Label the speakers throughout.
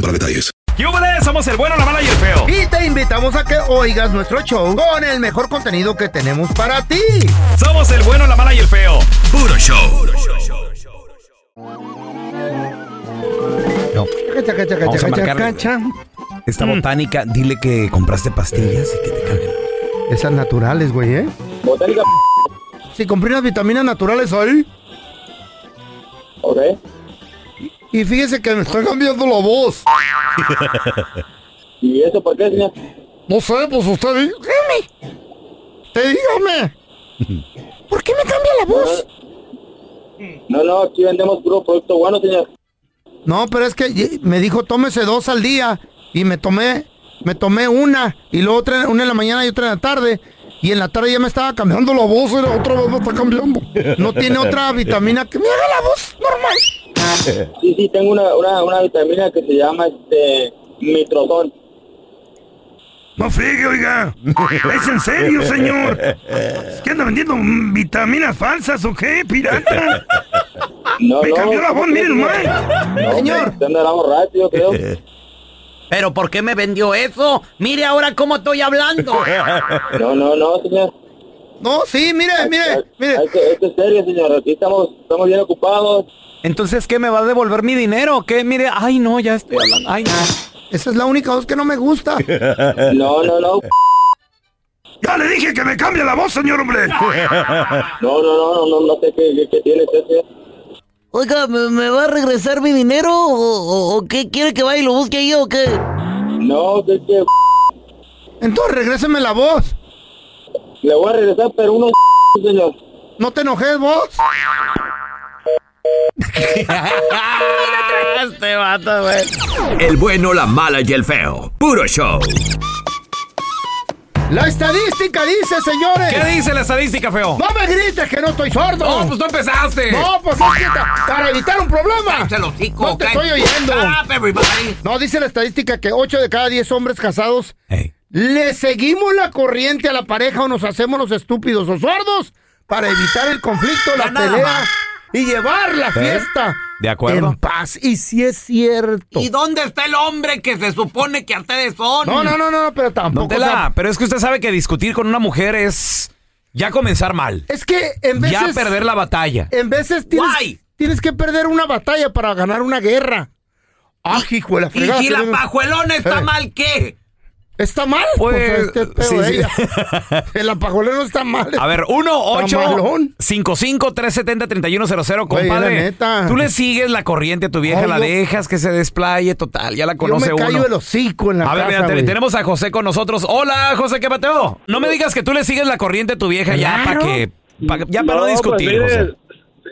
Speaker 1: para detalles.
Speaker 2: ¿Qué hubo de? Somos el bueno, la mala y el feo.
Speaker 3: Y te invitamos a que oigas nuestro show con el mejor contenido que tenemos para ti.
Speaker 2: Somos el bueno, la mala y el feo.
Speaker 1: Puro show.
Speaker 3: Chaca, chaca, chaca,
Speaker 4: Vamos a
Speaker 3: chaca,
Speaker 4: marcarle.
Speaker 3: chaca. Mm.
Speaker 4: Esta botánica, dile que compraste pastillas y que te calmen.
Speaker 3: Esas naturales, güey, ¿eh?
Speaker 5: Botánica,
Speaker 3: Si compré unas vitaminas naturales ahí.
Speaker 5: ok.
Speaker 3: Y fíjese que me está cambiando la voz.
Speaker 5: ¿Y eso por qué, señor?
Speaker 3: No sé, pues usted di- dígame. Te dígame. ¿Por qué me cambia la voz?
Speaker 5: No, no, aquí vendemos puro producto bueno, señor.
Speaker 3: No, pero es que ye- me dijo tómese dos al día y me tomé, me tomé una y luego otra, una en la mañana y otra en la tarde. Y en la tarde ya me estaba cambiando la voz, era otra vez me está cambiando. No tiene otra vitamina que me haga la voz normal.
Speaker 5: Sí, sí, tengo una, una, una vitamina que se llama este mitrozón.
Speaker 6: No friegue, oiga. Es en serio, señor. ¿Qué anda vendiendo mm, vitaminas falsas o qué, pirata?
Speaker 5: No,
Speaker 6: Me
Speaker 5: no.
Speaker 6: cambió la voz, mire nomás.
Speaker 5: No,
Speaker 3: Señor.
Speaker 5: Usted andará borracho, yo creo.
Speaker 7: ¿Pero por qué me vendió eso? Mire ahora cómo estoy hablando.
Speaker 5: No, no, no, señor.
Speaker 3: No, sí, mire, mire, mire.
Speaker 5: Hay que- Esto es serio, señor. Aquí estamos, estamos bien ocupados.
Speaker 7: Entonces, ¿qué me va a devolver mi dinero? ¿Qué? Mire, ay no, ya estoy hablando. Ay, no.
Speaker 3: Esa es la única voz que no me gusta.
Speaker 5: No, no, no.
Speaker 6: Ya le dije que me cambie la voz, señor hombre.
Speaker 5: No, no, no, no, no, no sé qué, qué, qué tiene usted, señor.
Speaker 7: Oiga, ¿me, me va a regresar mi dinero? ¿O, o- o qué quiere que vaya y lo busque ahí o qué?
Speaker 5: No, que, que
Speaker 3: Entonces regréseme la voz.
Speaker 5: le voy a regresar, pero uno, señor.
Speaker 3: No te enojes vos.
Speaker 7: este vato, güey.
Speaker 2: El bueno, la mala y el feo. Puro show.
Speaker 3: La estadística dice, señores.
Speaker 4: ¿Qué dice la estadística, feo?
Speaker 3: No me grites que no estoy sordo.
Speaker 4: No, pues no empezaste. Ah.
Speaker 3: No, pues es que ta- para evitar un problema.
Speaker 7: Cállate el hocico,
Speaker 3: No te
Speaker 7: cállate.
Speaker 3: estoy oyendo.
Speaker 7: Stop, everybody.
Speaker 3: No, dice la estadística que 8 de cada 10 hombres casados
Speaker 4: Ey.
Speaker 3: le seguimos la corriente a la pareja o nos hacemos los estúpidos o sordos para evitar el conflicto, la
Speaker 4: Ya nada
Speaker 3: pelea
Speaker 4: más. ¿Eh?
Speaker 3: y llevar la fiesta
Speaker 4: De acuerdo.
Speaker 3: en paz. Y si es cierto.
Speaker 7: ¿Y dónde está el hombre que se supone que ustedes son?
Speaker 3: No, no, no, no, pero
Speaker 4: Don
Speaker 3: tampoco.
Speaker 4: Tela,
Speaker 3: o sea,
Speaker 4: pero es que usted sabe que discutir con una mujer es ya comenzar mal.
Speaker 3: es que en veces...
Speaker 4: ya perder la batalla.
Speaker 3: En veces tienes,
Speaker 7: Guay.
Speaker 3: tienes que perder una batalla para ganar una guerra. Ah, hijo de la
Speaker 7: ¿Y
Speaker 3: fregada,
Speaker 7: si la
Speaker 3: que-
Speaker 7: pajuelona está
Speaker 3: Eh.
Speaker 7: mal qué?
Speaker 3: ¿Está mal?
Speaker 4: Pues,
Speaker 3: es que es pedo
Speaker 4: sí,
Speaker 3: de
Speaker 4: sí.
Speaker 3: ella. El apajolero está mal.
Speaker 4: A ver, 1 8
Speaker 3: malón.
Speaker 4: 55 370 3100
Speaker 3: Güey,
Speaker 4: compadre.
Speaker 3: la neta.
Speaker 4: Tú le sigues la corriente a tu vieja,
Speaker 3: No,
Speaker 4: la
Speaker 3: yo-
Speaker 4: dejas que se desplaye, total, ya la
Speaker 3: Yo me
Speaker 4: conoce
Speaker 3: callo
Speaker 4: uno.
Speaker 3: el hocico en la
Speaker 4: A ver,
Speaker 3: casa,
Speaker 4: mira, te-
Speaker 3: güey.
Speaker 4: tenemos a José con nosotros. Hola, José, ¿qué pateo? No me digas que tú le sigues la corriente a tu vieja ya para
Speaker 3: Claro.
Speaker 4: que. pa- ya para no,
Speaker 5: No,
Speaker 4: discutir,
Speaker 5: pues, mire,
Speaker 4: José.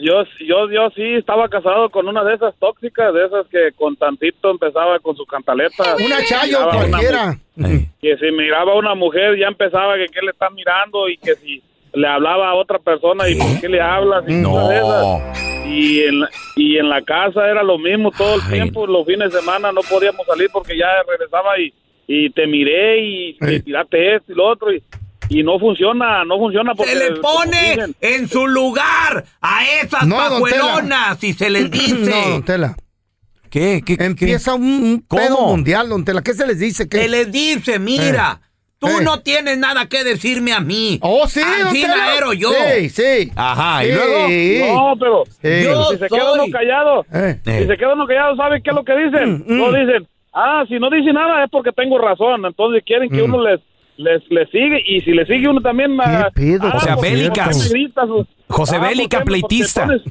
Speaker 5: Yo, yo, yo sí estaba casado con una de esas tóxicas, de esas que con tantito empezaba con su cantaleta.
Speaker 3: Una chayo
Speaker 5: Miraba una mu-
Speaker 3: cualquiera.
Speaker 4: Ey.
Speaker 5: que si miraba a una mujer ya empezaba que qué le está mirando y que si le hablaba a otra persona y ¿por qué le hablas? Y
Speaker 4: No.
Speaker 5: cosas de esas. Y en, la- y en la casa era lo mismo todo el
Speaker 4: Ay.
Speaker 5: tiempo, los fines de semana no podíamos salir porque ya regresaba y, y te miré y te tiraste esto y lo otro y, y no funciona, no funciona porque...
Speaker 8: Se le
Speaker 5: como
Speaker 8: pone
Speaker 5: dicen,
Speaker 8: en su lugar a esas
Speaker 3: No, don
Speaker 8: pajuelonas y se les dice.
Speaker 3: No, don Tela.
Speaker 4: ¿Qué? ¿Qué?
Speaker 3: Empieza un, un pedo
Speaker 8: ¿Cómo?
Speaker 3: mundial, don Tela. ¿Qué se les dice? ¿Qué?
Speaker 8: Se les dice, mira, tú
Speaker 3: Eh.
Speaker 8: no tienes nada que decirme a mí.
Speaker 3: Oh, sí, don Tela.
Speaker 8: Así ero yo.
Speaker 3: Sí, sí.
Speaker 8: Ajá, ¿y
Speaker 3: Sí.
Speaker 8: luego?
Speaker 5: No, pero
Speaker 3: Sí.
Speaker 5: pero
Speaker 3: Yo
Speaker 5: si se
Speaker 3: soy.
Speaker 5: queda uno callado,
Speaker 3: Eh.
Speaker 5: si se queda uno callado, ¿saben qué es lo que dicen?
Speaker 3: Mm,
Speaker 5: No dicen, ah, si no dice nada es porque tengo razón, entonces quieren que
Speaker 3: Mm.
Speaker 5: uno les, les, les sigue y si le sigue uno también... ah,
Speaker 3: pedo,
Speaker 5: ah,
Speaker 3: José
Speaker 5: ¿por qué-
Speaker 4: Bélicas.
Speaker 5: por qué me gritas? pues. Ah,
Speaker 4: José
Speaker 5: ¿por
Speaker 4: Bélica,
Speaker 5: qué? Porque te
Speaker 4: pleitista.
Speaker 5: pones-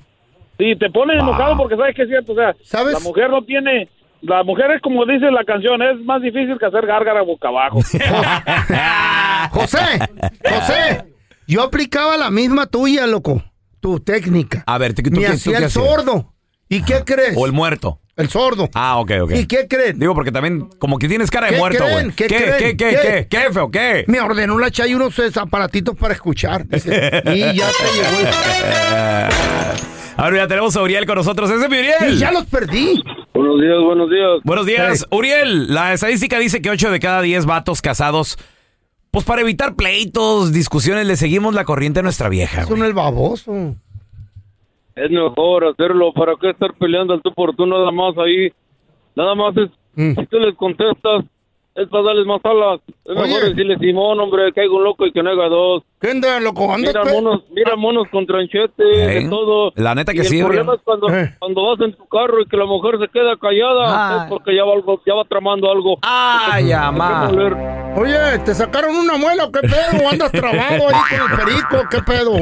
Speaker 5: Sí, te pones
Speaker 4: Bah.
Speaker 5: enojado porque sabes que es cierto, o sea,
Speaker 3: ¿Sabes?
Speaker 5: la mujer no tiene... La mujer es como dice la canción, es más difícil que hacer gárgara boca abajo.
Speaker 4: Ah.
Speaker 3: José, José, yo aplicaba la misma tuya, loco. Tu técnica.
Speaker 4: A ver, ¿tú, tú
Speaker 3: Me
Speaker 4: qué- tú
Speaker 3: hacía
Speaker 4: qué
Speaker 3: el
Speaker 4: hacías?
Speaker 3: sordo. ¿Y qué crees?
Speaker 4: O el muerto.
Speaker 3: El sordo.
Speaker 4: Ah, ok, ok.
Speaker 3: ¿Y qué creen?
Speaker 4: Digo, porque también, como que tienes cara de
Speaker 3: ¿Qué
Speaker 4: muerto,
Speaker 3: creen?
Speaker 4: güey.
Speaker 3: ¿Qué
Speaker 4: ¿Qué,
Speaker 3: creen?
Speaker 4: qué, qué, qué,
Speaker 3: ¿Qué?
Speaker 4: qué feo, qué?
Speaker 3: Me ordenó la chay unos eh, aparatitos para escuchar. Dice, y ya te llegó.
Speaker 4: Ahora ya tenemos a Uriel con nosotros. ¡Ese es mi Uriel!
Speaker 3: Y ya los perdí.
Speaker 5: buenos días, buenos días.
Speaker 4: Buenos días,
Speaker 3: Hey.
Speaker 4: Uriel. La estadística dice que 8 de cada 10 vatos casados, pues para evitar pleitos, discusiones, le seguimos la corriente a nuestra vieja.
Speaker 3: Eso no es baboso.
Speaker 5: Es mejor hacerlo, ¿para qué estar peleando al tú por tú nada más ahí? Nada más es,
Speaker 3: Mm.
Speaker 5: si tú les contestas, es para darles más alas. Es
Speaker 3: Oye.
Speaker 5: mejor decirle, Simón, hombre, que hay un loco y que no haga dos.
Speaker 3: ¿Qué onda, loco? Anda,
Speaker 5: Mira
Speaker 3: pues. Ah. pe-
Speaker 5: monos, mira monos con tranchete,
Speaker 4: Ey,
Speaker 5: de todo.
Speaker 4: la neta
Speaker 5: Y
Speaker 4: que
Speaker 5: el
Speaker 4: sí,
Speaker 5: problema
Speaker 4: Orión.
Speaker 5: es cuando,
Speaker 3: Eh.
Speaker 5: cuando vas en tu carro y que la mujer se queda callada,
Speaker 4: Ah.
Speaker 5: es porque ya va, algo, ya va tramando algo.
Speaker 4: ¡Ay, amá!
Speaker 5: Hay que volver.
Speaker 3: Oye, ¿te sacaron una muela o qué pedo? ¿Andas trabado ahí con el perico? ¿Qué pedo?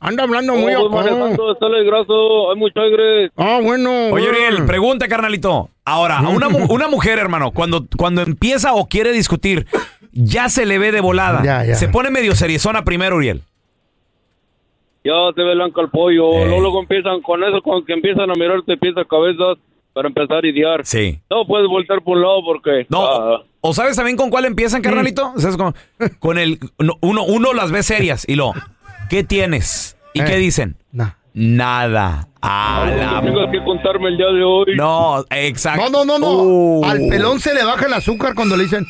Speaker 3: Anda hablando muy
Speaker 5: Oh, voy
Speaker 3: acá.
Speaker 5: manejando, está el graso, hay mucho aire.
Speaker 3: Ah, bueno.
Speaker 4: Oye,
Speaker 3: bueno.
Speaker 4: Uriel, pregunta, carnalito. Ahora, a una, mu- una mujer, hermano, cuando, cuando empieza o quiere discutir, ya se le ve de volada.
Speaker 3: Ya, ya.
Speaker 4: Se pone medio seriezona primero, Uriel.
Speaker 5: Ya se ve blanco el pollo.
Speaker 4: Ey.
Speaker 5: Luego, luego empiezan con eso, con que empiezan a mirarte pies a cabezas para empezar a idear.
Speaker 4: Sí.
Speaker 5: No puedes voltear por un lado porque.
Speaker 4: No.
Speaker 5: ah,
Speaker 4: ¿O sabes también con cuál empiezan, carnalito? ¿Sabes con, con el. no, uno, uno las ve serias y lo. ¿Qué tienes? ¿Y
Speaker 3: Eh.
Speaker 4: qué dicen?
Speaker 3: Nah.
Speaker 4: Nada. A la
Speaker 5: no tengas que contarme el día de hoy.
Speaker 4: No, exacto.
Speaker 3: No, no, no, no.
Speaker 4: Uh.
Speaker 3: Al pelón se le baja el azúcar cuando le dicen,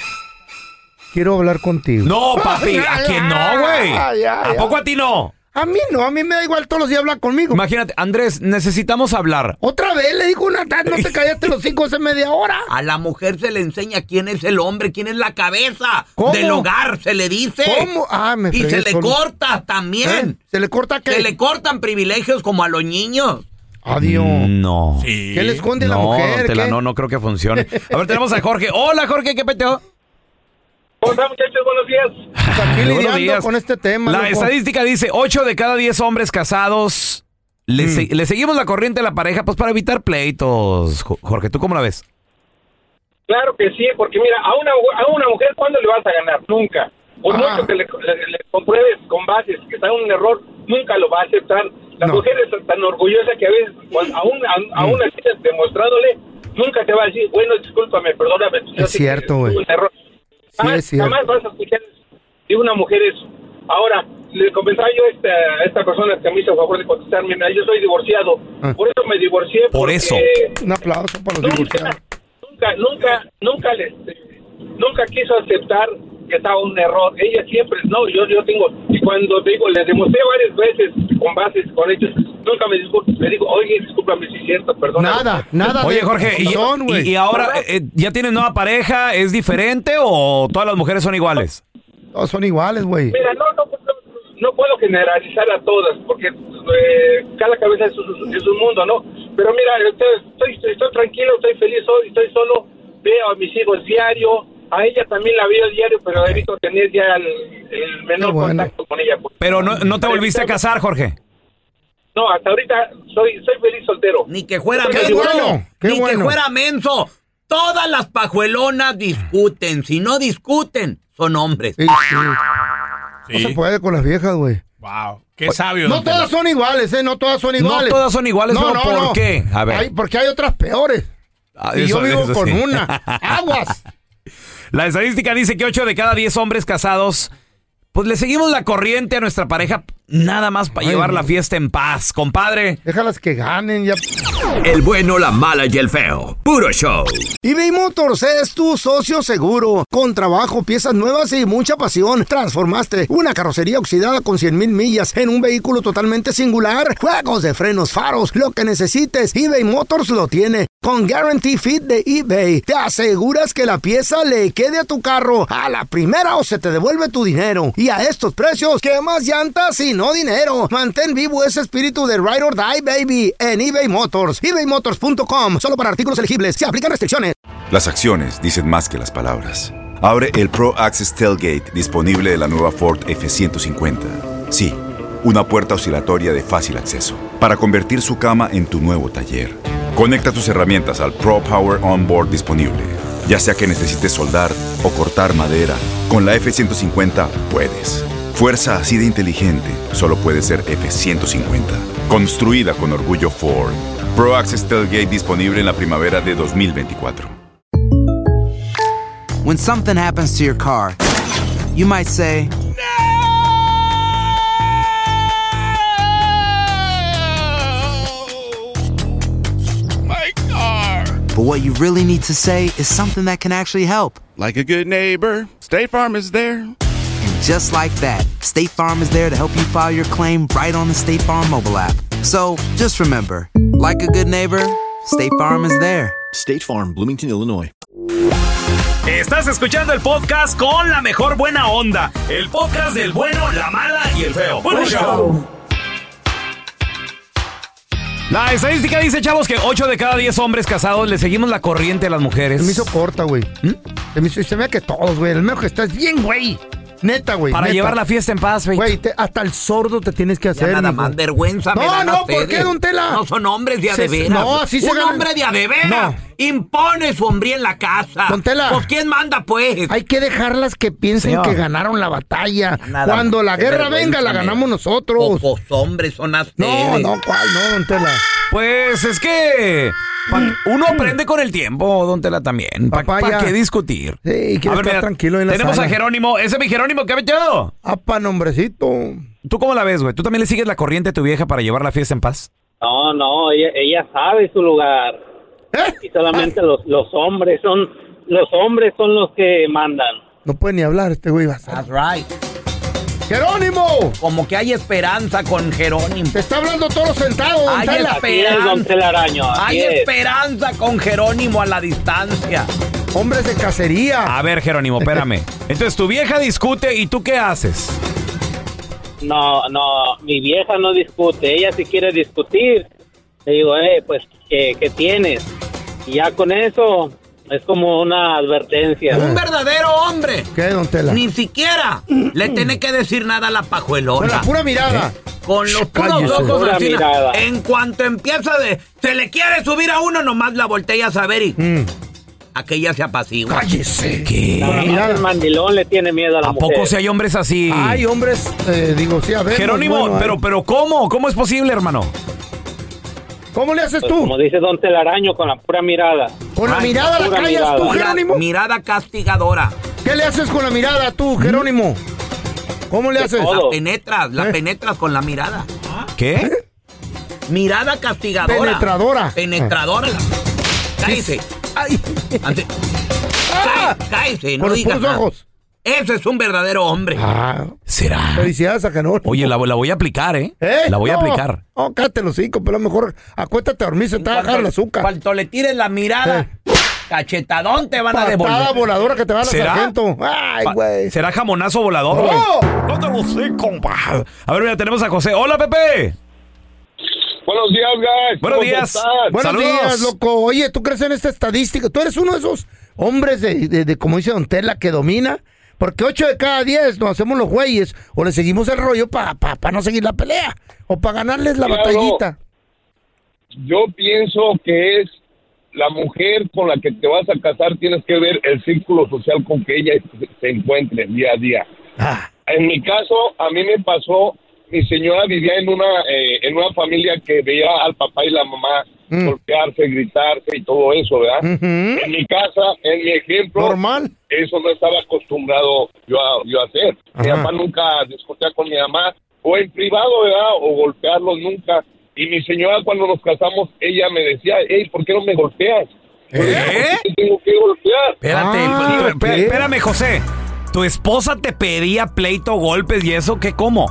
Speaker 3: quiero hablar contigo.
Speaker 4: No, papi, ¿a quién no, güey?
Speaker 3: Ay, ay,
Speaker 4: ¿A
Speaker 3: ay.
Speaker 4: poco a ti no?
Speaker 3: A mí no, a mí me da igual todos los días hablar conmigo.
Speaker 4: Imagínate, Andrés, necesitamos hablar.
Speaker 3: Otra vez le dijo una "Ah, no te callaste los cinco hace media hora.
Speaker 8: A la mujer se le enseña quién es el hombre, quién es la cabeza
Speaker 3: ¿Cómo?
Speaker 8: del hogar, se le dice.
Speaker 3: ¿Cómo? Ah, me
Speaker 8: y
Speaker 3: fregué
Speaker 8: se le
Speaker 3: solo.
Speaker 8: corta
Speaker 3: ¿Eh?
Speaker 8: también.
Speaker 3: ¿Se le corta qué?
Speaker 8: Se le cortan privilegios como a los niños.
Speaker 3: Adiós.
Speaker 4: No.
Speaker 3: ¿Qué le esconde la
Speaker 4: No,
Speaker 3: mujer?
Speaker 4: don Tela,
Speaker 3: ¿Qué?
Speaker 4: no, no creo que funcione. A ver, tenemos a Jorge. Hola, Jorge, ¿qué peteo?
Speaker 5: ¿Cómo están, muchachos? Buenos días.
Speaker 3: Pues aquí
Speaker 4: Buenos
Speaker 3: lidiando
Speaker 4: días.
Speaker 3: con este tema.
Speaker 4: La
Speaker 3: loco.
Speaker 4: estadística dice 8 de cada 10 hombres casados
Speaker 3: Mm.
Speaker 4: le, se- le seguimos la corriente a la pareja pues para evitar pleitos. Jo- Jorge, ¿tú cómo la ves?
Speaker 5: Claro que sí, porque mira, a una, a una mujer, ¿cuándo le vas a ganar? Nunca. Por
Speaker 3: Ah.
Speaker 5: mucho que le, le- le compruebes con bases que está en un error, nunca lo va a aceptar. La
Speaker 3: No. Mm.
Speaker 5: mujer es tan orgullosa que a veces, cuando- aún, a- aún así, demostrándole, nunca te va a decir, bueno, discúlpame, perdóname. pues,
Speaker 3: Es
Speaker 5: yo sé que
Speaker 3: cierto,
Speaker 5: tuve
Speaker 3: güey.
Speaker 5: un error. Jamás,
Speaker 3: es cierto.
Speaker 5: jamás vas a escuchar de una mujer eso. Ahora, le comentaba yo a esta, a esta persona que me hizo favor de contestarme, mira, yo soy divorciado,
Speaker 3: Ah.
Speaker 5: por eso me divorcié.
Speaker 4: Por
Speaker 5: porque-
Speaker 4: eso.
Speaker 3: Un aplauso para los divorciados.
Speaker 5: nunca, nunca, nunca, nunca, le- nunca quiso aceptar que estaba un error. Ella siempre, no, yo, yo tengo, y cuando te digo, le demostré varias veces con bases, con hechos, nunca me disculpo, le digo, oye, discúlpame si es cierto, perdón.
Speaker 3: Nada, nada.
Speaker 4: Oye,
Speaker 3: de-
Speaker 4: Jorge, y,
Speaker 3: eh, Son,
Speaker 4: y-
Speaker 3: güey.
Speaker 4: y ahora eh, ya tienes nueva pareja, ¿es diferente o todas las mujeres son iguales?
Speaker 3: Todos son iguales, güey.
Speaker 5: Mira, no, no, no, no puedo generalizar a todas, porque eh, cada cabeza es, un- es un mundo, ¿no? Pero mira, este, estoy, estoy, estoy tranquilo, estoy feliz hoy, estoy solo, veo a mis hijos diario, a ella también la veo diario, pero
Speaker 4: Ok.
Speaker 5: evito tener ya el, el menor
Speaker 3: Qué bueno.
Speaker 5: contacto con ella. pues.
Speaker 4: Pero no, no te volviste a casar, Jorge.
Speaker 5: No, hasta ahorita soy, soy feliz soltero.
Speaker 8: Ni que fuera
Speaker 3: Qué
Speaker 8: menso.
Speaker 3: bueno, qué
Speaker 8: ni que
Speaker 3: bueno.
Speaker 8: fuera menso. Todas las pajuelonas discuten. Si no discuten, son hombres.
Speaker 3: Sí, sí. No se puede con las viejas, güey.
Speaker 4: Wow.
Speaker 9: Qué sabio.
Speaker 3: pues, No
Speaker 9: don Tela.
Speaker 3: todas son iguales, ¿eh? No todas son
Speaker 4: No
Speaker 3: iguales.
Speaker 4: todas son iguales, pero ¿por qué? A ver.
Speaker 3: Hay- porque hay otras peores.
Speaker 8: Ah,
Speaker 3: y yo vivo con una. Aguas.
Speaker 4: La estadística dice que 8 de cada 10 hombres casados, pues le seguimos la corriente a nuestra pareja nada más para llevar la fiesta en paz, compadre.
Speaker 3: Déjalas que ganen ya.
Speaker 2: El bueno, la mala y el feo. Puro show.
Speaker 9: eBay Motors es tu socio seguro. Con trabajo, piezas nuevas y mucha pasión, transformaste una carrocería oxidada con 100 mil millas en un vehículo totalmente singular. Juegos de frenos, faros, lo que necesites, eBay Motors lo tiene. Con Guarantee Fit de eBay, te aseguras que la pieza le quede a tu carro a la primera o se te devuelve tu dinero. Y a estos precios, ¿qué más llantas y no dinero? Mantén vivo ese espíritu de Ride or Die, baby, en eBay Motors. ebaymotors.com, solo para artículos elegibles. Se aplican restricciones.
Speaker 10: Las acciones dicen más que las palabras. Abre el Pro Access Tailgate disponible de la nueva Ford F-150. Sí, una puerta oscilatoria de fácil acceso para convertir su cama en tu nuevo taller. Conecta tus herramientas al Pro Power Onboard disponible. Ya sea que necesites soldar o cortar madera, con la F-150 puedes. Fuerza así de inteligente solo puede ser F-150. Construida con orgullo Ford. Pro Access Tailgate disponible en la primavera de 2024.
Speaker 11: When something happens to your car, you might say,
Speaker 12: My car.
Speaker 11: but what you really need to say is something that can actually help.
Speaker 12: Like a good neighbor, State Farm is there.
Speaker 11: And just like that, State Farm is there to help you file your claim right on the State Farm mobile app. So just remember, like a good neighbor, State Farm is there.
Speaker 13: State Farm, Bloomington, Illinois.
Speaker 2: Estás escuchando el podcast con la mejor buena onda. El podcast del bueno, la mala y el feo. Puro show.
Speaker 4: La estadística dice, chavos, que 8 de cada 10 hombres casados le seguimos la corriente a las mujeres.
Speaker 3: Se me hizo corta, güey. Se me hizo, se me hace que todos, güey. El mejor que estás bien, güey. Neta, güey.
Speaker 4: Para
Speaker 3: neta.
Speaker 4: llevar la fiesta en paz, güey.
Speaker 3: Güey, te- hasta el sordo te tienes que hacer.
Speaker 8: nada
Speaker 3: mijo.
Speaker 8: más vergüenza me
Speaker 3: No,
Speaker 8: dan a
Speaker 3: no, ¿por
Speaker 8: ustedes.
Speaker 3: qué, don Tela?
Speaker 8: No son hombres de a
Speaker 3: Se-
Speaker 8: de veras.
Speaker 3: no, así se
Speaker 8: Un
Speaker 3: ganan-
Speaker 8: hombre de a de veras
Speaker 3: No.
Speaker 8: impone su hombría en la casa.
Speaker 3: Don Tela.
Speaker 8: Pues quién manda, pues.
Speaker 3: Hay que dejarlas que piensen
Speaker 8: Señor.
Speaker 3: que ganaron la batalla.
Speaker 8: Nada
Speaker 3: Cuando
Speaker 8: más.
Speaker 3: la
Speaker 8: Qué
Speaker 3: guerra
Speaker 8: vergüenza
Speaker 3: venga, la
Speaker 8: me da.
Speaker 3: ganamos nosotros.
Speaker 8: Pocos hombres son así.
Speaker 3: No, no, cuál, no, don Tela.
Speaker 4: Pues es que pa- uno aprende con el tiempo, don Tela, también. ¿Para
Speaker 3: Papaya.
Speaker 4: qué discutir?
Speaker 3: Sí, quiero
Speaker 4: A ver,
Speaker 3: estar
Speaker 4: mira,
Speaker 3: tranquilo en la
Speaker 4: Tenemos
Speaker 3: sala.
Speaker 4: a Jerónimo. Ese es mi Jerónimo, ¿qué ha metido?
Speaker 3: Apa, nombrecito.
Speaker 4: ¿Tú cómo la ves, güey? ¿Tú también le sigues la corriente a tu vieja para llevar la fiesta en paz?
Speaker 14: No, no, ella, ella sabe su lugar.
Speaker 3: ¿Eh?
Speaker 14: Y solamente los, los hombres son los hombres son los que mandan.
Speaker 3: No puede ni hablar este güey. va a ser.
Speaker 8: That's right.
Speaker 3: ¡Jerónimo!
Speaker 8: Como que hay esperanza con Jerónimo.
Speaker 3: Te está hablando todo sentado, don
Speaker 8: Hay
Speaker 3: Tela.
Speaker 8: esperanza.
Speaker 14: Así es, don Telaraño, así
Speaker 8: Hay
Speaker 14: es.
Speaker 8: esperanza con Jerónimo a la distancia.
Speaker 3: Hombres de cacería.
Speaker 4: A ver, Jerónimo, espérame. Entonces, tu vieja discute y tú qué haces?
Speaker 14: No, no, mi vieja no discute, ella si quiere discutir. Le digo, eh, pues, ¿qué, qué tienes? Y ya con eso es como una advertencia.
Speaker 8: Un verdadero hombre.
Speaker 3: Ah. ¿Qué, don Tela?
Speaker 8: Ni siquiera le tiene que decir nada a la pajuelona. ¿Eh?
Speaker 3: Con la pura mirada.
Speaker 8: Con los puros
Speaker 3: Cállese.
Speaker 8: ojos
Speaker 14: Pura
Speaker 8: así,
Speaker 14: mirada.
Speaker 8: En cuanto empieza de. Se le quiere subir a uno, nomás la voltea a saber y. Aquella se apacigua.
Speaker 3: Mm. ¡Cállese! Con la
Speaker 8: Eh,
Speaker 4: ¿Qué?
Speaker 14: El
Speaker 3: mirada.
Speaker 14: mandilón le tiene miedo a la
Speaker 4: ¿A
Speaker 14: mujer.
Speaker 4: poco si hay hombres así?
Speaker 3: Hay hombres, eh, digo, sí, a ver.
Speaker 4: Jerónimo,
Speaker 3: bueno,
Speaker 4: pero,
Speaker 3: hay.
Speaker 4: pero ¿cómo? ¿Cómo es posible, hermano?
Speaker 3: ¿Cómo le haces
Speaker 14: Pues,
Speaker 3: tú?
Speaker 14: como dice don Telaraño, con la pura mirada.
Speaker 3: Con la
Speaker 8: Ay,
Speaker 3: mirada la
Speaker 14: pura
Speaker 3: callas
Speaker 14: mirada.
Speaker 3: tú,
Speaker 8: Mira-
Speaker 3: Jerónimo.
Speaker 8: mirada castigadora.
Speaker 3: ¿Qué le haces con la mirada
Speaker 8: ¿Mm?
Speaker 3: tú, Jerónimo? ¿Cómo le haces? ¿Eh?
Speaker 8: La
Speaker 14: Todo.
Speaker 8: penetras, la penetras con la mirada.
Speaker 4: ¿Qué?
Speaker 8: Mirada castigadora.
Speaker 3: Penetradora. Ah.
Speaker 8: Penetradora. Cállese.
Speaker 3: Ay.
Speaker 8: Ante-
Speaker 3: Ah.
Speaker 8: Cállese, cállese, no
Speaker 3: Con los
Speaker 8: digas
Speaker 3: puros
Speaker 8: nada.
Speaker 3: ojos.
Speaker 8: Ese es un verdadero hombre.
Speaker 3: Ah,
Speaker 4: ¿Será?
Speaker 3: felicidades a Canón.
Speaker 4: Oye, la, la voy a aplicar, ¿eh?
Speaker 3: ¿Eh?
Speaker 4: La voy a
Speaker 3: No.
Speaker 4: aplicar.
Speaker 3: No, cállate los cinco, pero a lo mejor acuéstate a dormir, se te va a bajar el azúcar. Eh,
Speaker 8: Cuanto le tires la mirada, cachetadón te van a
Speaker 3: Patada
Speaker 8: devolver.
Speaker 3: voladora que te va a dar
Speaker 4: ¿Será?
Speaker 3: sargento. Ay,
Speaker 4: Pa-
Speaker 3: güey.
Speaker 4: ¿Será jamonazo volador, güey?
Speaker 3: ¡Oh!
Speaker 4: No te lo sé, compa. A ver, mira, tenemos a José. Hola, Pepe.
Speaker 15: Buenos días, guys.
Speaker 4: Buenos días.
Speaker 3: Buenos
Speaker 4: Saludos.
Speaker 3: días, loco. Oye, ¿tú crees en esta estadística? ¿Tú eres uno de esos hombres de, de- de, como dice Don Tela, que domina? Porque 8 de cada 10 nos hacemos los güeyes o le seguimos el rollo para pa, pa no seguir la pelea o para ganarles la
Speaker 15: Claro.
Speaker 3: batallita.
Speaker 15: Yo pienso que es la mujer con la que te vas a casar, tienes que ver el círculo social con que ella se- se encuentre día a día.
Speaker 3: Ah,
Speaker 15: En mi caso, a mí me pasó, mi señora vivía en una, eh, en una familia que veía al papá y la mamá
Speaker 10: 음.
Speaker 3: Mm.
Speaker 15: golpearse, gritarse y todo eso, ¿verdad?
Speaker 3: ujú.
Speaker 15: En mi casa, en mi ejemplo,
Speaker 3: Normal.
Speaker 15: eso no estaba acostumbrado yo a, yo a hacer. Mi
Speaker 3: Ajá.
Speaker 15: papá nunca discutía con mi mamá, o en privado, ¿verdad? O golpearlos nunca. Y mi señora cuando nos casamos, ella me decía, hey, ¿por qué no me golpeas? Yo le digo, "Porque te tengo que golpear.
Speaker 2: Espérate,
Speaker 8: pues,
Speaker 4: Ah, espé- espérame, José. Tu esposa te pedía pleito, golpes y eso, ¿qué cómo?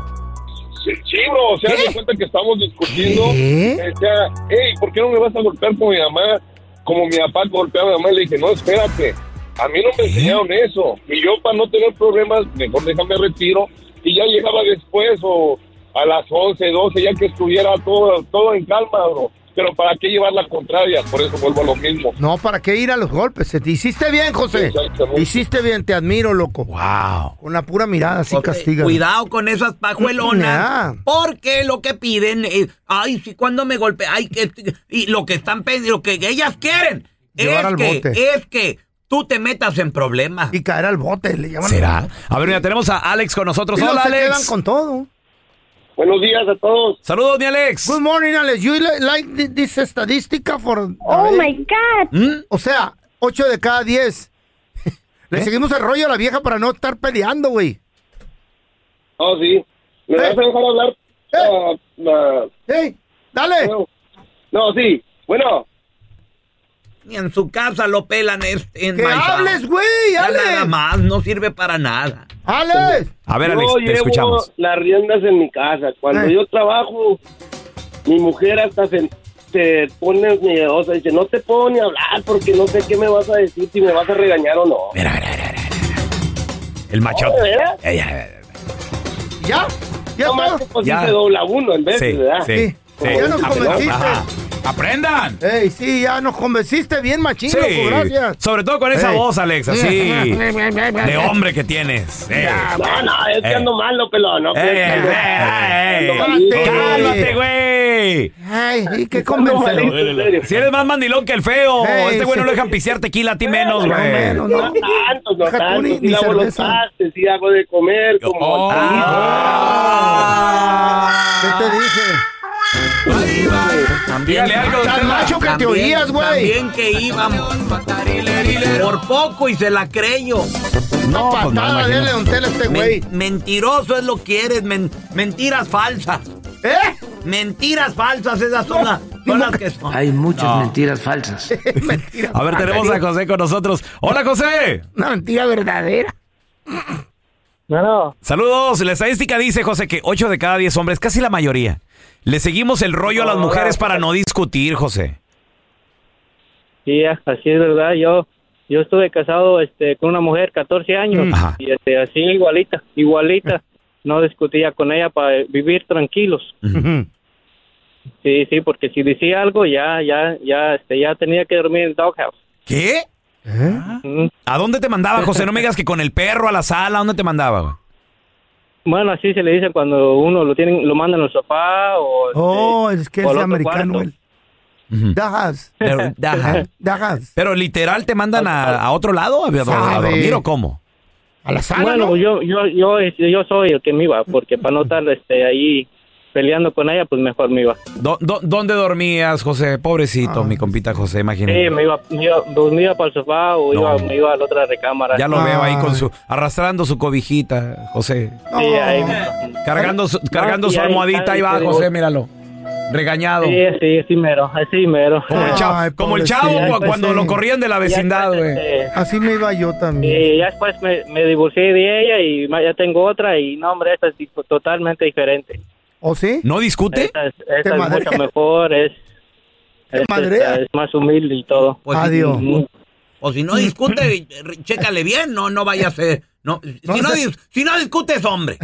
Speaker 15: Sí, sí, bro, o sea, haz de cuenta que estamos discutiendo. Me decía, hey, ¿por qué no me vas a golpear con mi mamá? Como mi papá golpeaba a mi mamá, le dije, no, espérate. A mí no me enseñaron eso. Y yo, para no tener problemas, mejor déjame retiro. Y ya llegaba después o a las 11, 12, ya que estuviera todo, todo en calma, bro. Pero ¿para qué llevar la contraria? Por eso vuelvo a lo mismo.
Speaker 3: No, ¿para qué ir a los golpes? Te hiciste bien, José. Hiciste bien, te admiro, loco.
Speaker 4: Wow.
Speaker 3: Con la pura mirada, así castiga.
Speaker 8: Cuidado con esas
Speaker 3: Mm,
Speaker 8: pajuelonas. Porque lo que piden es, ay, si cuando me golpea, ay, que, y lo que están pensando, lo que ellas quieren
Speaker 3: Llevar
Speaker 8: es
Speaker 3: al
Speaker 8: que,
Speaker 3: bote.
Speaker 8: es que tú te metas en problemas.
Speaker 3: Y caer al bote, le llaman.
Speaker 4: ¿Será? A ver, mira, tenemos a Alex con nosotros.
Speaker 3: Y luego
Speaker 4: Hola,
Speaker 3: se quedan
Speaker 4: Alex.
Speaker 3: con todo.
Speaker 15: Buenos días a todos.
Speaker 4: Saludos, mi Alex.
Speaker 3: Good morning, Alex. You li- like thi- this estadística for...
Speaker 16: Oh,
Speaker 3: my
Speaker 16: God.
Speaker 3: O sea, 8 de cada 10.
Speaker 15: ¿Eh?
Speaker 3: Le seguimos el rollo a la vieja para no estar peleando, güey. ¿Eh?
Speaker 15: Oh, sí. ¿Me vas a dejar hablar? Ah, ah.
Speaker 3: ¡Dale!
Speaker 15: No, no, sí. Bueno.
Speaker 8: Ni en su casa lo pelan este. En
Speaker 3: ¡Que
Speaker 8: my town.
Speaker 3: hables, güey!
Speaker 8: Ya
Speaker 3: ¡Hable!
Speaker 8: Nada más, no sirve para nada.
Speaker 15: ah,
Speaker 3: ¡Alex!
Speaker 4: A ver,
Speaker 8: Yo
Speaker 4: Alex, te
Speaker 8: llevo-
Speaker 4: escuchamos.
Speaker 14: las riendas en mi casa. Cuando
Speaker 4: Eh.
Speaker 14: yo trabajo, mi mujer hasta se, se pone miedosa. Dice, no te puedo ni hablar porque no sé qué me vas a decir, si me vas a regañar o no.
Speaker 4: El machote.
Speaker 14: Oh, ¿verdad?
Speaker 4: Ey, ey, ey.
Speaker 3: ¿Ya? ¿Ya
Speaker 14: no, más que, pues, sí se dobla uno en vez,
Speaker 4: Sí,
Speaker 14: ¿verdad?
Speaker 4: sí, sí.
Speaker 14: Como
Speaker 3: Ya nos
Speaker 14: dice, ¿no?
Speaker 3: convenciste.
Speaker 14: Ajá.
Speaker 4: ¡Aprendan!
Speaker 3: Ey, sí, ya nos convenciste bien, machín,
Speaker 4: Sí.
Speaker 3: loco, gracias.
Speaker 4: Sobre todo con esa
Speaker 3: Ey.
Speaker 4: voz, Alex, así. de hombre que tienes. Ey.
Speaker 14: No, no, es que
Speaker 4: Ey.
Speaker 14: ando malo, pelón. No,
Speaker 4: Ey, ey,
Speaker 14: Ando-
Speaker 4: ey, ey.
Speaker 14: ando malito.
Speaker 4: Eh, ¡Cálmate, güey!
Speaker 3: Ay, y qué
Speaker 4: Convéncelo.
Speaker 3: convencedor.
Speaker 4: Si eres más mandilón que el feo.
Speaker 3: Ey,
Speaker 4: este güey no
Speaker 3: sí.
Speaker 4: lo dejan pisear tequila a ti menos,
Speaker 14: No,
Speaker 4: güey.
Speaker 14: no, no tanto, no
Speaker 3: Deja tú
Speaker 14: tanto.
Speaker 3: ni-
Speaker 14: Sí
Speaker 3: ni
Speaker 14: hago los
Speaker 3: cerveza.
Speaker 14: pastes, sí hago de comer, como...
Speaker 3: Ah. ¿Qué te dije?
Speaker 8: También
Speaker 3: Dile algo,
Speaker 8: Tan
Speaker 3: usted, macho, que te oías, güey.
Speaker 8: También que íbamos. Por poco y se la creyó.
Speaker 3: No,
Speaker 8: pues
Speaker 3: patada, imagino. dele, don Tela, este güey.
Speaker 8: mentiroso es lo que eres, men- mentiras falsas.
Speaker 3: ¿Eh?
Speaker 8: Mentiras falsas, esas son las, son las que son.
Speaker 17: Hay muchas mentiras falsas.
Speaker 4: A ver, tenemos a José con nosotros. ¡Hola, José!
Speaker 3: Una mentira verdadera.
Speaker 4: Saludos. La estadística dice, José, que 8 de cada 10 hombres, casi la mayoría, le seguimos el rollo a las mujeres para no discutir, José.
Speaker 14: Sí, así es verdad. Yo yo estuve casado este con una mujer 14 años
Speaker 3: Mm.
Speaker 4: Ajá.
Speaker 14: y este así igualita, igualita. No discutía con ella para vivir tranquilos. Sí, sí, porque si decía algo ya ya ya este ya tenía que dormir en el doghouse.
Speaker 4: ¿Qué? ¿A dónde te mandaba, José? No me digas que con el perro a la sala, ¿a dónde te mandaba? güey?
Speaker 14: Bueno, así se le dice cuando uno lo tienen lo mandan al sofá o este,
Speaker 3: Oh, es que
Speaker 14: o al
Speaker 3: es
Speaker 14: otro
Speaker 3: americano
Speaker 14: cuarto.
Speaker 3: él. Dajas.
Speaker 4: Pero, daja.
Speaker 3: Dajas.
Speaker 4: Pero literal te mandan a, a otro lado a, a- a dormir o cómo?
Speaker 3: A la sala,
Speaker 14: Bueno,
Speaker 3: ¿no?
Speaker 14: yo yo yo este, yo soy el que me iba porque para no estar este ahí peleando con ella, pues mejor me iba.
Speaker 4: ¿Dó- dó- ¿Dónde dormías, José? Pobrecito, mi compita José,
Speaker 14: Sí,
Speaker 4: imagínate.
Speaker 14: me iba, me iba, pues, me iba para el sofá o
Speaker 4: No.
Speaker 14: iba, me iba a la otra recámara.
Speaker 4: Ya lo veo ahí
Speaker 14: Ah.
Speaker 4: con su arrastrando su cobijita, José.
Speaker 14: Sí, ahí-
Speaker 4: Cargando su,
Speaker 14: No,
Speaker 4: cargando
Speaker 14: sí,
Speaker 4: su
Speaker 14: ahí
Speaker 4: almohadita,
Speaker 14: está,
Speaker 4: ahí va
Speaker 14: sí,
Speaker 4: José,
Speaker 14: sí.
Speaker 4: míralo. Regañado.
Speaker 14: Sí, sí, sí, mero, así mero.
Speaker 4: Como el chavo, como el chavo
Speaker 14: pobrecito.
Speaker 4: cu- cuando lo corrían de la vecindad, güey.
Speaker 3: pues Así me iba yo también.
Speaker 14: Y ya después me, me divorcié de ella y ma- ya tengo otra y no, hombre, esta es di- totalmente diferente.
Speaker 3: ¿O sí?
Speaker 4: ¿No discute?
Speaker 14: Esta es, esta es
Speaker 3: madrea.
Speaker 14: mucho mejor, es, es,
Speaker 3: madrea.
Speaker 14: esta es más humilde y todo.
Speaker 8: Pues sí. Adiós. O si no discute, re- chécale bien, no, no vaya a ser. No, si, no, dis- si no discutes, hombre.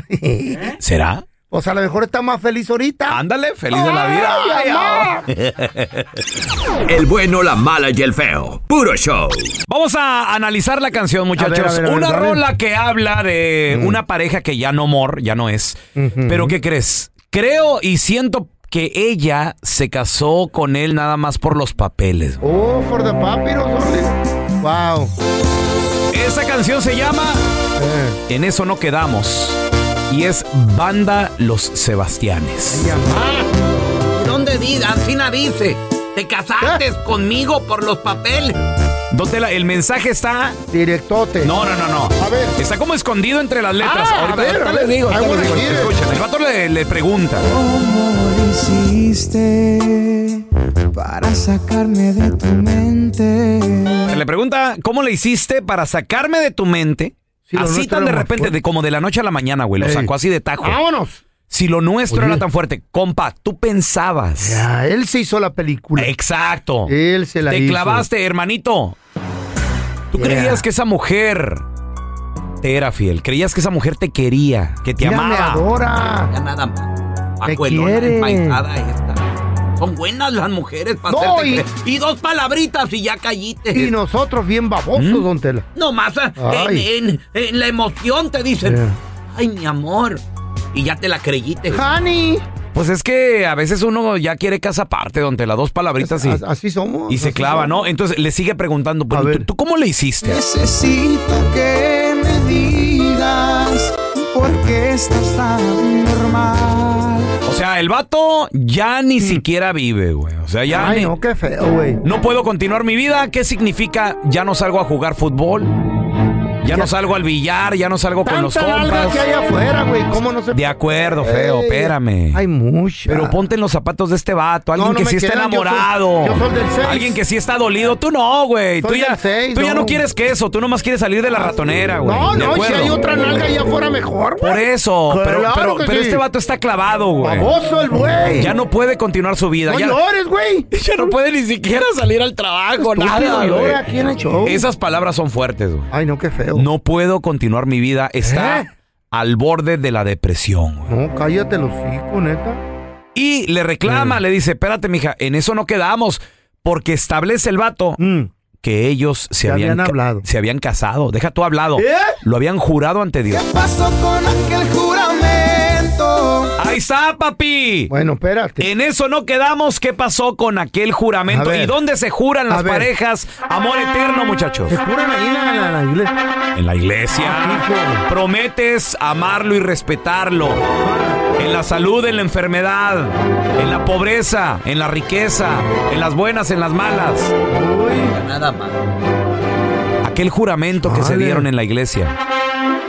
Speaker 4: ¿Será?
Speaker 3: O sea, a lo mejor está más feliz ahorita.
Speaker 4: Ándale, feliz de la vida.
Speaker 18: El bueno, la mala y el feo. Puro show.
Speaker 4: Vamos a analizar la canción, muchachos.
Speaker 18: a ver, Mm. a ver,
Speaker 4: una
Speaker 18: a ver.
Speaker 4: rola que habla de una pareja que ya no mor, ya no es. Pero ¿qué crees? Creo y siento que ella se casó con él nada más por los papeles. güey.
Speaker 3: Oh, for the papiros, hombre. Wow.
Speaker 4: Esa canción se llama
Speaker 18: Eh.
Speaker 4: En eso no quedamos. Y es Banda Los Sebastianes.
Speaker 18: ¿Eh?
Speaker 8: ¿Y dónde dice? Ancina dice, te casaste conmigo por los papeles.
Speaker 4: Don Tela, el mensaje está.
Speaker 3: Directote.
Speaker 4: No, no, no, no. A ver. Está como escondido entre las letras.
Speaker 3: Ah, a
Speaker 4: ahorita
Speaker 3: ver,
Speaker 4: ahorita
Speaker 3: a
Speaker 4: les
Speaker 3: ver.
Speaker 4: digo.
Speaker 3: I
Speaker 4: ahorita
Speaker 3: wanna
Speaker 4: les digo.
Speaker 3: hear it.
Speaker 4: Escuchen, el vato le, le pregunta.
Speaker 16: ¿Cómo lo hiciste para sacarme de tu mente?
Speaker 4: Le pregunta, ¿cómo le hiciste para sacarme de tu mente?
Speaker 16: lo
Speaker 4: así
Speaker 16: nuestro
Speaker 4: tan de
Speaker 16: era más
Speaker 4: repente,
Speaker 16: fuerte.
Speaker 4: de, como de la noche a la mañana, güey. Lo
Speaker 16: Ey.
Speaker 4: sacó así de tajo.
Speaker 3: ¡Vámonos!
Speaker 4: Si lo nuestro
Speaker 3: Oye.
Speaker 4: era tan fuerte, compa, tú pensabas.
Speaker 3: Ya, él se hizo la película.
Speaker 4: Exacto.
Speaker 3: Él se la
Speaker 4: Te
Speaker 3: hizo.
Speaker 4: clavaste, hermanito. Tú
Speaker 3: Yeah.
Speaker 4: creías que esa mujer te era fiel. Creías que esa mujer te quería, que te
Speaker 3: Mira, me
Speaker 4: amaba.
Speaker 3: adora.
Speaker 8: Ah. Ya nada más.
Speaker 4: Te
Speaker 8: Acuelona,
Speaker 4: quiere.
Speaker 8: empaizada esta. Son buenas las mujeres para
Speaker 3: No,
Speaker 8: hacerte
Speaker 3: y-
Speaker 8: creer. y... dos palabritas y ya callite.
Speaker 3: Y nosotros bien babosos,
Speaker 4: ¿Mm?
Speaker 3: don Tela.
Speaker 8: Nomás ah, en,
Speaker 3: Ay. Eh.
Speaker 8: en- en la emoción te dicen,
Speaker 3: Yeah.
Speaker 8: ay, mi amor. Y ya te la creyiste.
Speaker 3: ¡Honey!
Speaker 4: Pues es que a veces uno ya quiere casa aparte, donde las dos palabritas y,
Speaker 3: así somos.
Speaker 4: y se
Speaker 3: así
Speaker 4: clava, ¿no? Entonces le sigue preguntando, pero ¿tú, tú cómo le hiciste?
Speaker 16: Necesito que me digas por qué estás tan normal.
Speaker 4: O sea, el vato ya ni siquiera vive, güey. O sea, ya
Speaker 3: Hmm. Ay,
Speaker 4: ni-
Speaker 3: no, qué feo, güey.
Speaker 4: no puedo continuar mi vida. ¿Qué significa? Ya no salgo a jugar fútbol. Ya no salgo al billar, ya no salgo con los
Speaker 3: Tanta nalga
Speaker 4: compas.
Speaker 3: que hay afuera, güey. ¿Cómo no se
Speaker 4: De acuerdo, feo,
Speaker 3: Ey,
Speaker 4: espérame. Hay
Speaker 3: mucho.
Speaker 4: Pero ponte en los zapatos de este vato, alguien
Speaker 3: No, no
Speaker 4: que
Speaker 3: me
Speaker 4: sí está
Speaker 3: quedan, yo soy-
Speaker 4: enamorado.
Speaker 3: yo soy del seis.
Speaker 4: Alguien que sí está dolido, tú no, güey. Tú
Speaker 3: Soy
Speaker 4: ya
Speaker 3: del seis,
Speaker 4: tú ya no
Speaker 3: no. Ah,
Speaker 4: quieres que eso, tú nomás quieres salir de la ratonera, güey.
Speaker 3: No,
Speaker 4: De
Speaker 3: no, si
Speaker 4: acuerdo.
Speaker 3: hay otra nalga allá afuera mejor. güey.
Speaker 4: Por eso, pero,
Speaker 3: Claro
Speaker 4: pero,
Speaker 3: que
Speaker 4: pero
Speaker 3: sí.
Speaker 4: este vato está clavado, güey.
Speaker 3: Baboso el güey.
Speaker 4: Ya no puede continuar su vida.
Speaker 3: No
Speaker 4: ya,
Speaker 3: llores, güey.
Speaker 4: ya no puede ni siquiera salir al trabajo,
Speaker 3: Estúpido,
Speaker 4: nada,
Speaker 3: llora
Speaker 4: güey.
Speaker 3: aquí en el show.
Speaker 4: Esas palabras son fuertes, güey.
Speaker 3: Ay, no, qué feo. ¿Eh?
Speaker 4: No puedo continuar mi vida. Está al borde de la depresión, güey.
Speaker 3: No, cállate los hijos, neta.
Speaker 4: Y le reclama,
Speaker 3: Mm.
Speaker 4: le dice, espérate, mija, en eso no quedamos, porque establece el vato que ellos se, habían,
Speaker 3: Mm. habían
Speaker 4: ca- Se habían casado. Deja tú hablado.
Speaker 16: ¿Eh?
Speaker 4: Lo habían jurado ante Dios.
Speaker 16: Pasó con aquel juramento.
Speaker 4: Ahí está, papi.
Speaker 3: Bueno, espérate.
Speaker 4: En eso no quedamos. ¿Qué pasó con aquel juramento?
Speaker 3: A ver.
Speaker 4: ¿Y dónde se juran
Speaker 3: A
Speaker 4: las
Speaker 3: ver.
Speaker 4: parejas? Amor eterno, muchachos.
Speaker 3: Se juran ahí en la, en la iglesia. Ah,
Speaker 4: En la iglesia. Prometes amarlo y respetarlo. En la salud, en la enfermedad, en la pobreza, en la riqueza, en las buenas, en las malas.
Speaker 8: Nada más.
Speaker 4: Aquel juramento que se
Speaker 3: Chale.
Speaker 4: dieron en la iglesia.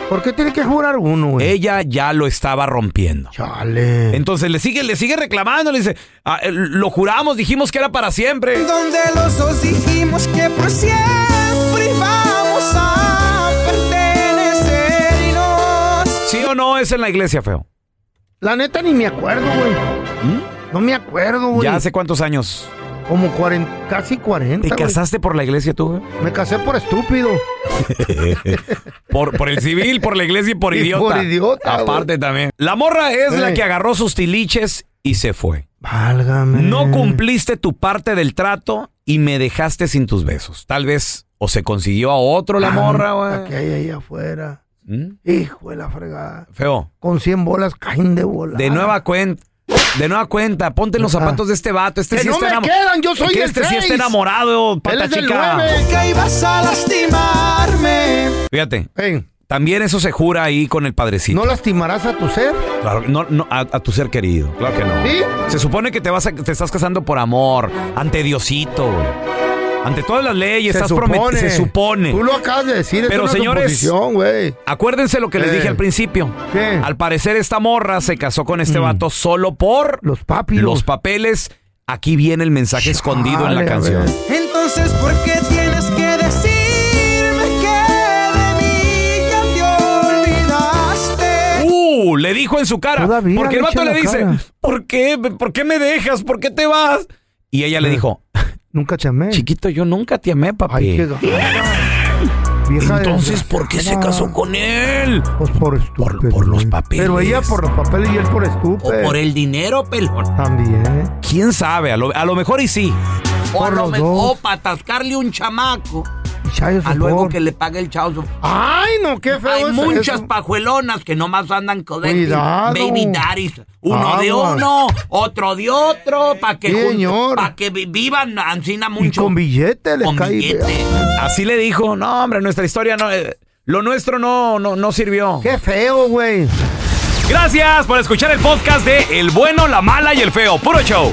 Speaker 3: ¿Por qué tiene que jurar uno, güey?
Speaker 4: Ella ya lo estaba rompiendo.
Speaker 3: Chale.
Speaker 4: Entonces le sigue, le sigue reclamando, le dice, "Ah, eh, lo juramos, dijimos que era para siempre.
Speaker 16: Donde los dos dijimos que por siempre vamos a pertenecernos.
Speaker 4: ¿Sí o no es en la iglesia, feo?
Speaker 3: La neta ni me acuerdo, güey. No me acuerdo, güey.
Speaker 4: ¿Mm? ¿Ya hace cuántos años?
Speaker 3: Como 40, casi 40.
Speaker 4: ¿Te
Speaker 3: güey.
Speaker 4: casaste por la iglesia tú?
Speaker 3: Me casé por estúpido.
Speaker 4: güey? por, por el civil, por la iglesia y por
Speaker 3: Y
Speaker 4: idiota.
Speaker 3: por idiota, güey. Eh.
Speaker 4: Aparte también. La morra es la
Speaker 3: Ey.
Speaker 4: que agarró sus tiliches y se fue.
Speaker 3: Válgame.
Speaker 4: No cumpliste tu parte del trato y me dejaste sin tus besos. Tal vez o se consiguió a otro la morra,
Speaker 3: La
Speaker 4: güey.
Speaker 3: que Ah, hay ahí afuera.
Speaker 4: ¿Mm?
Speaker 3: Hijo de la fregada.
Speaker 4: Feo.
Speaker 3: Con 100 bolas caen de bola.
Speaker 4: De nueva cuenta. De nueva cuenta, ponte en los zapatos de este vato. Este
Speaker 3: Que
Speaker 4: sí
Speaker 3: no
Speaker 4: está
Speaker 3: me
Speaker 4: enamo-
Speaker 3: quedan, yo soy
Speaker 4: que
Speaker 3: el
Speaker 4: Este sí está
Speaker 3: seis.
Speaker 4: enamorado, pata chica.
Speaker 16: Que ibas a lastimarme.
Speaker 4: Fíjate. También eso se jura ahí con el padrecito.
Speaker 3: ¿No lastimarás a tu ser?
Speaker 4: Claro, no, no, a, a tu ser querido. Claro que no.
Speaker 3: ¿Sí?
Speaker 4: Se supone que te vas a- te estás casando por amor, ante Diosito, güey. ante todas las leyes, estás prometido. Se supone.
Speaker 3: Tú lo acabas de decir.
Speaker 4: Pero, señores, acuérdense lo que les
Speaker 3: Eh.
Speaker 4: dije al principio. Al parecer esta morra se casó con
Speaker 3: Mm.
Speaker 4: este vato solo por los
Speaker 3: papilos.
Speaker 4: Los papeles. Aquí viene el mensaje escondido en la canción.
Speaker 16: Entonces, ¿por qué tienes que decirme que de mí ya te olvidaste?
Speaker 4: Uh, le dijo en su cara. porque el
Speaker 16: le
Speaker 4: vato
Speaker 16: echa
Speaker 4: le
Speaker 16: la
Speaker 4: dice,
Speaker 16: cara.
Speaker 4: ¿por qué? ¿Por qué me dejas? ¿Por qué te vas? Y ella le
Speaker 3: Eh.
Speaker 4: dijo,
Speaker 3: Nunca te amé.
Speaker 4: Chiquito, yo nunca te amé, papi.
Speaker 3: Ay, qué
Speaker 4: entonces, ¿por qué se casó con él?
Speaker 3: Pues por
Speaker 4: Por, los papeles.
Speaker 3: Pero ella por los papeles y él por estúpido.
Speaker 4: O por el dinero, pelón.
Speaker 3: También.
Speaker 4: ¿Quién sabe? A lo, a lo mejor y sí.
Speaker 8: O, a lo
Speaker 3: los
Speaker 8: me-
Speaker 3: dos.
Speaker 8: o para atascarle un chamaco.
Speaker 3: a
Speaker 8: luego que le pague el chao.
Speaker 3: Ay, no, qué feo
Speaker 8: Hay
Speaker 3: es
Speaker 8: muchas
Speaker 3: eso.
Speaker 8: pajuelonas que nomás andan con
Speaker 3: Cuidado.
Speaker 8: baby daddies. Uno de
Speaker 3: Aguas.
Speaker 8: uno, otro de otro, para que,
Speaker 3: Sí,
Speaker 8: jun-
Speaker 3: señor.
Speaker 8: pa' que vi- vivan ansina
Speaker 3: Y
Speaker 8: mucho.
Speaker 3: con billete les
Speaker 8: Con
Speaker 3: cae.
Speaker 8: billete.
Speaker 4: Así le dijo, no, hombre, nuestra historia no. eh, lo nuestro no, no, no sirvió.
Speaker 3: Qué feo, güey.
Speaker 4: Gracias por escuchar el podcast de El Bueno, la Mala y el Feo. Puro show.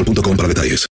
Speaker 1: para detalles.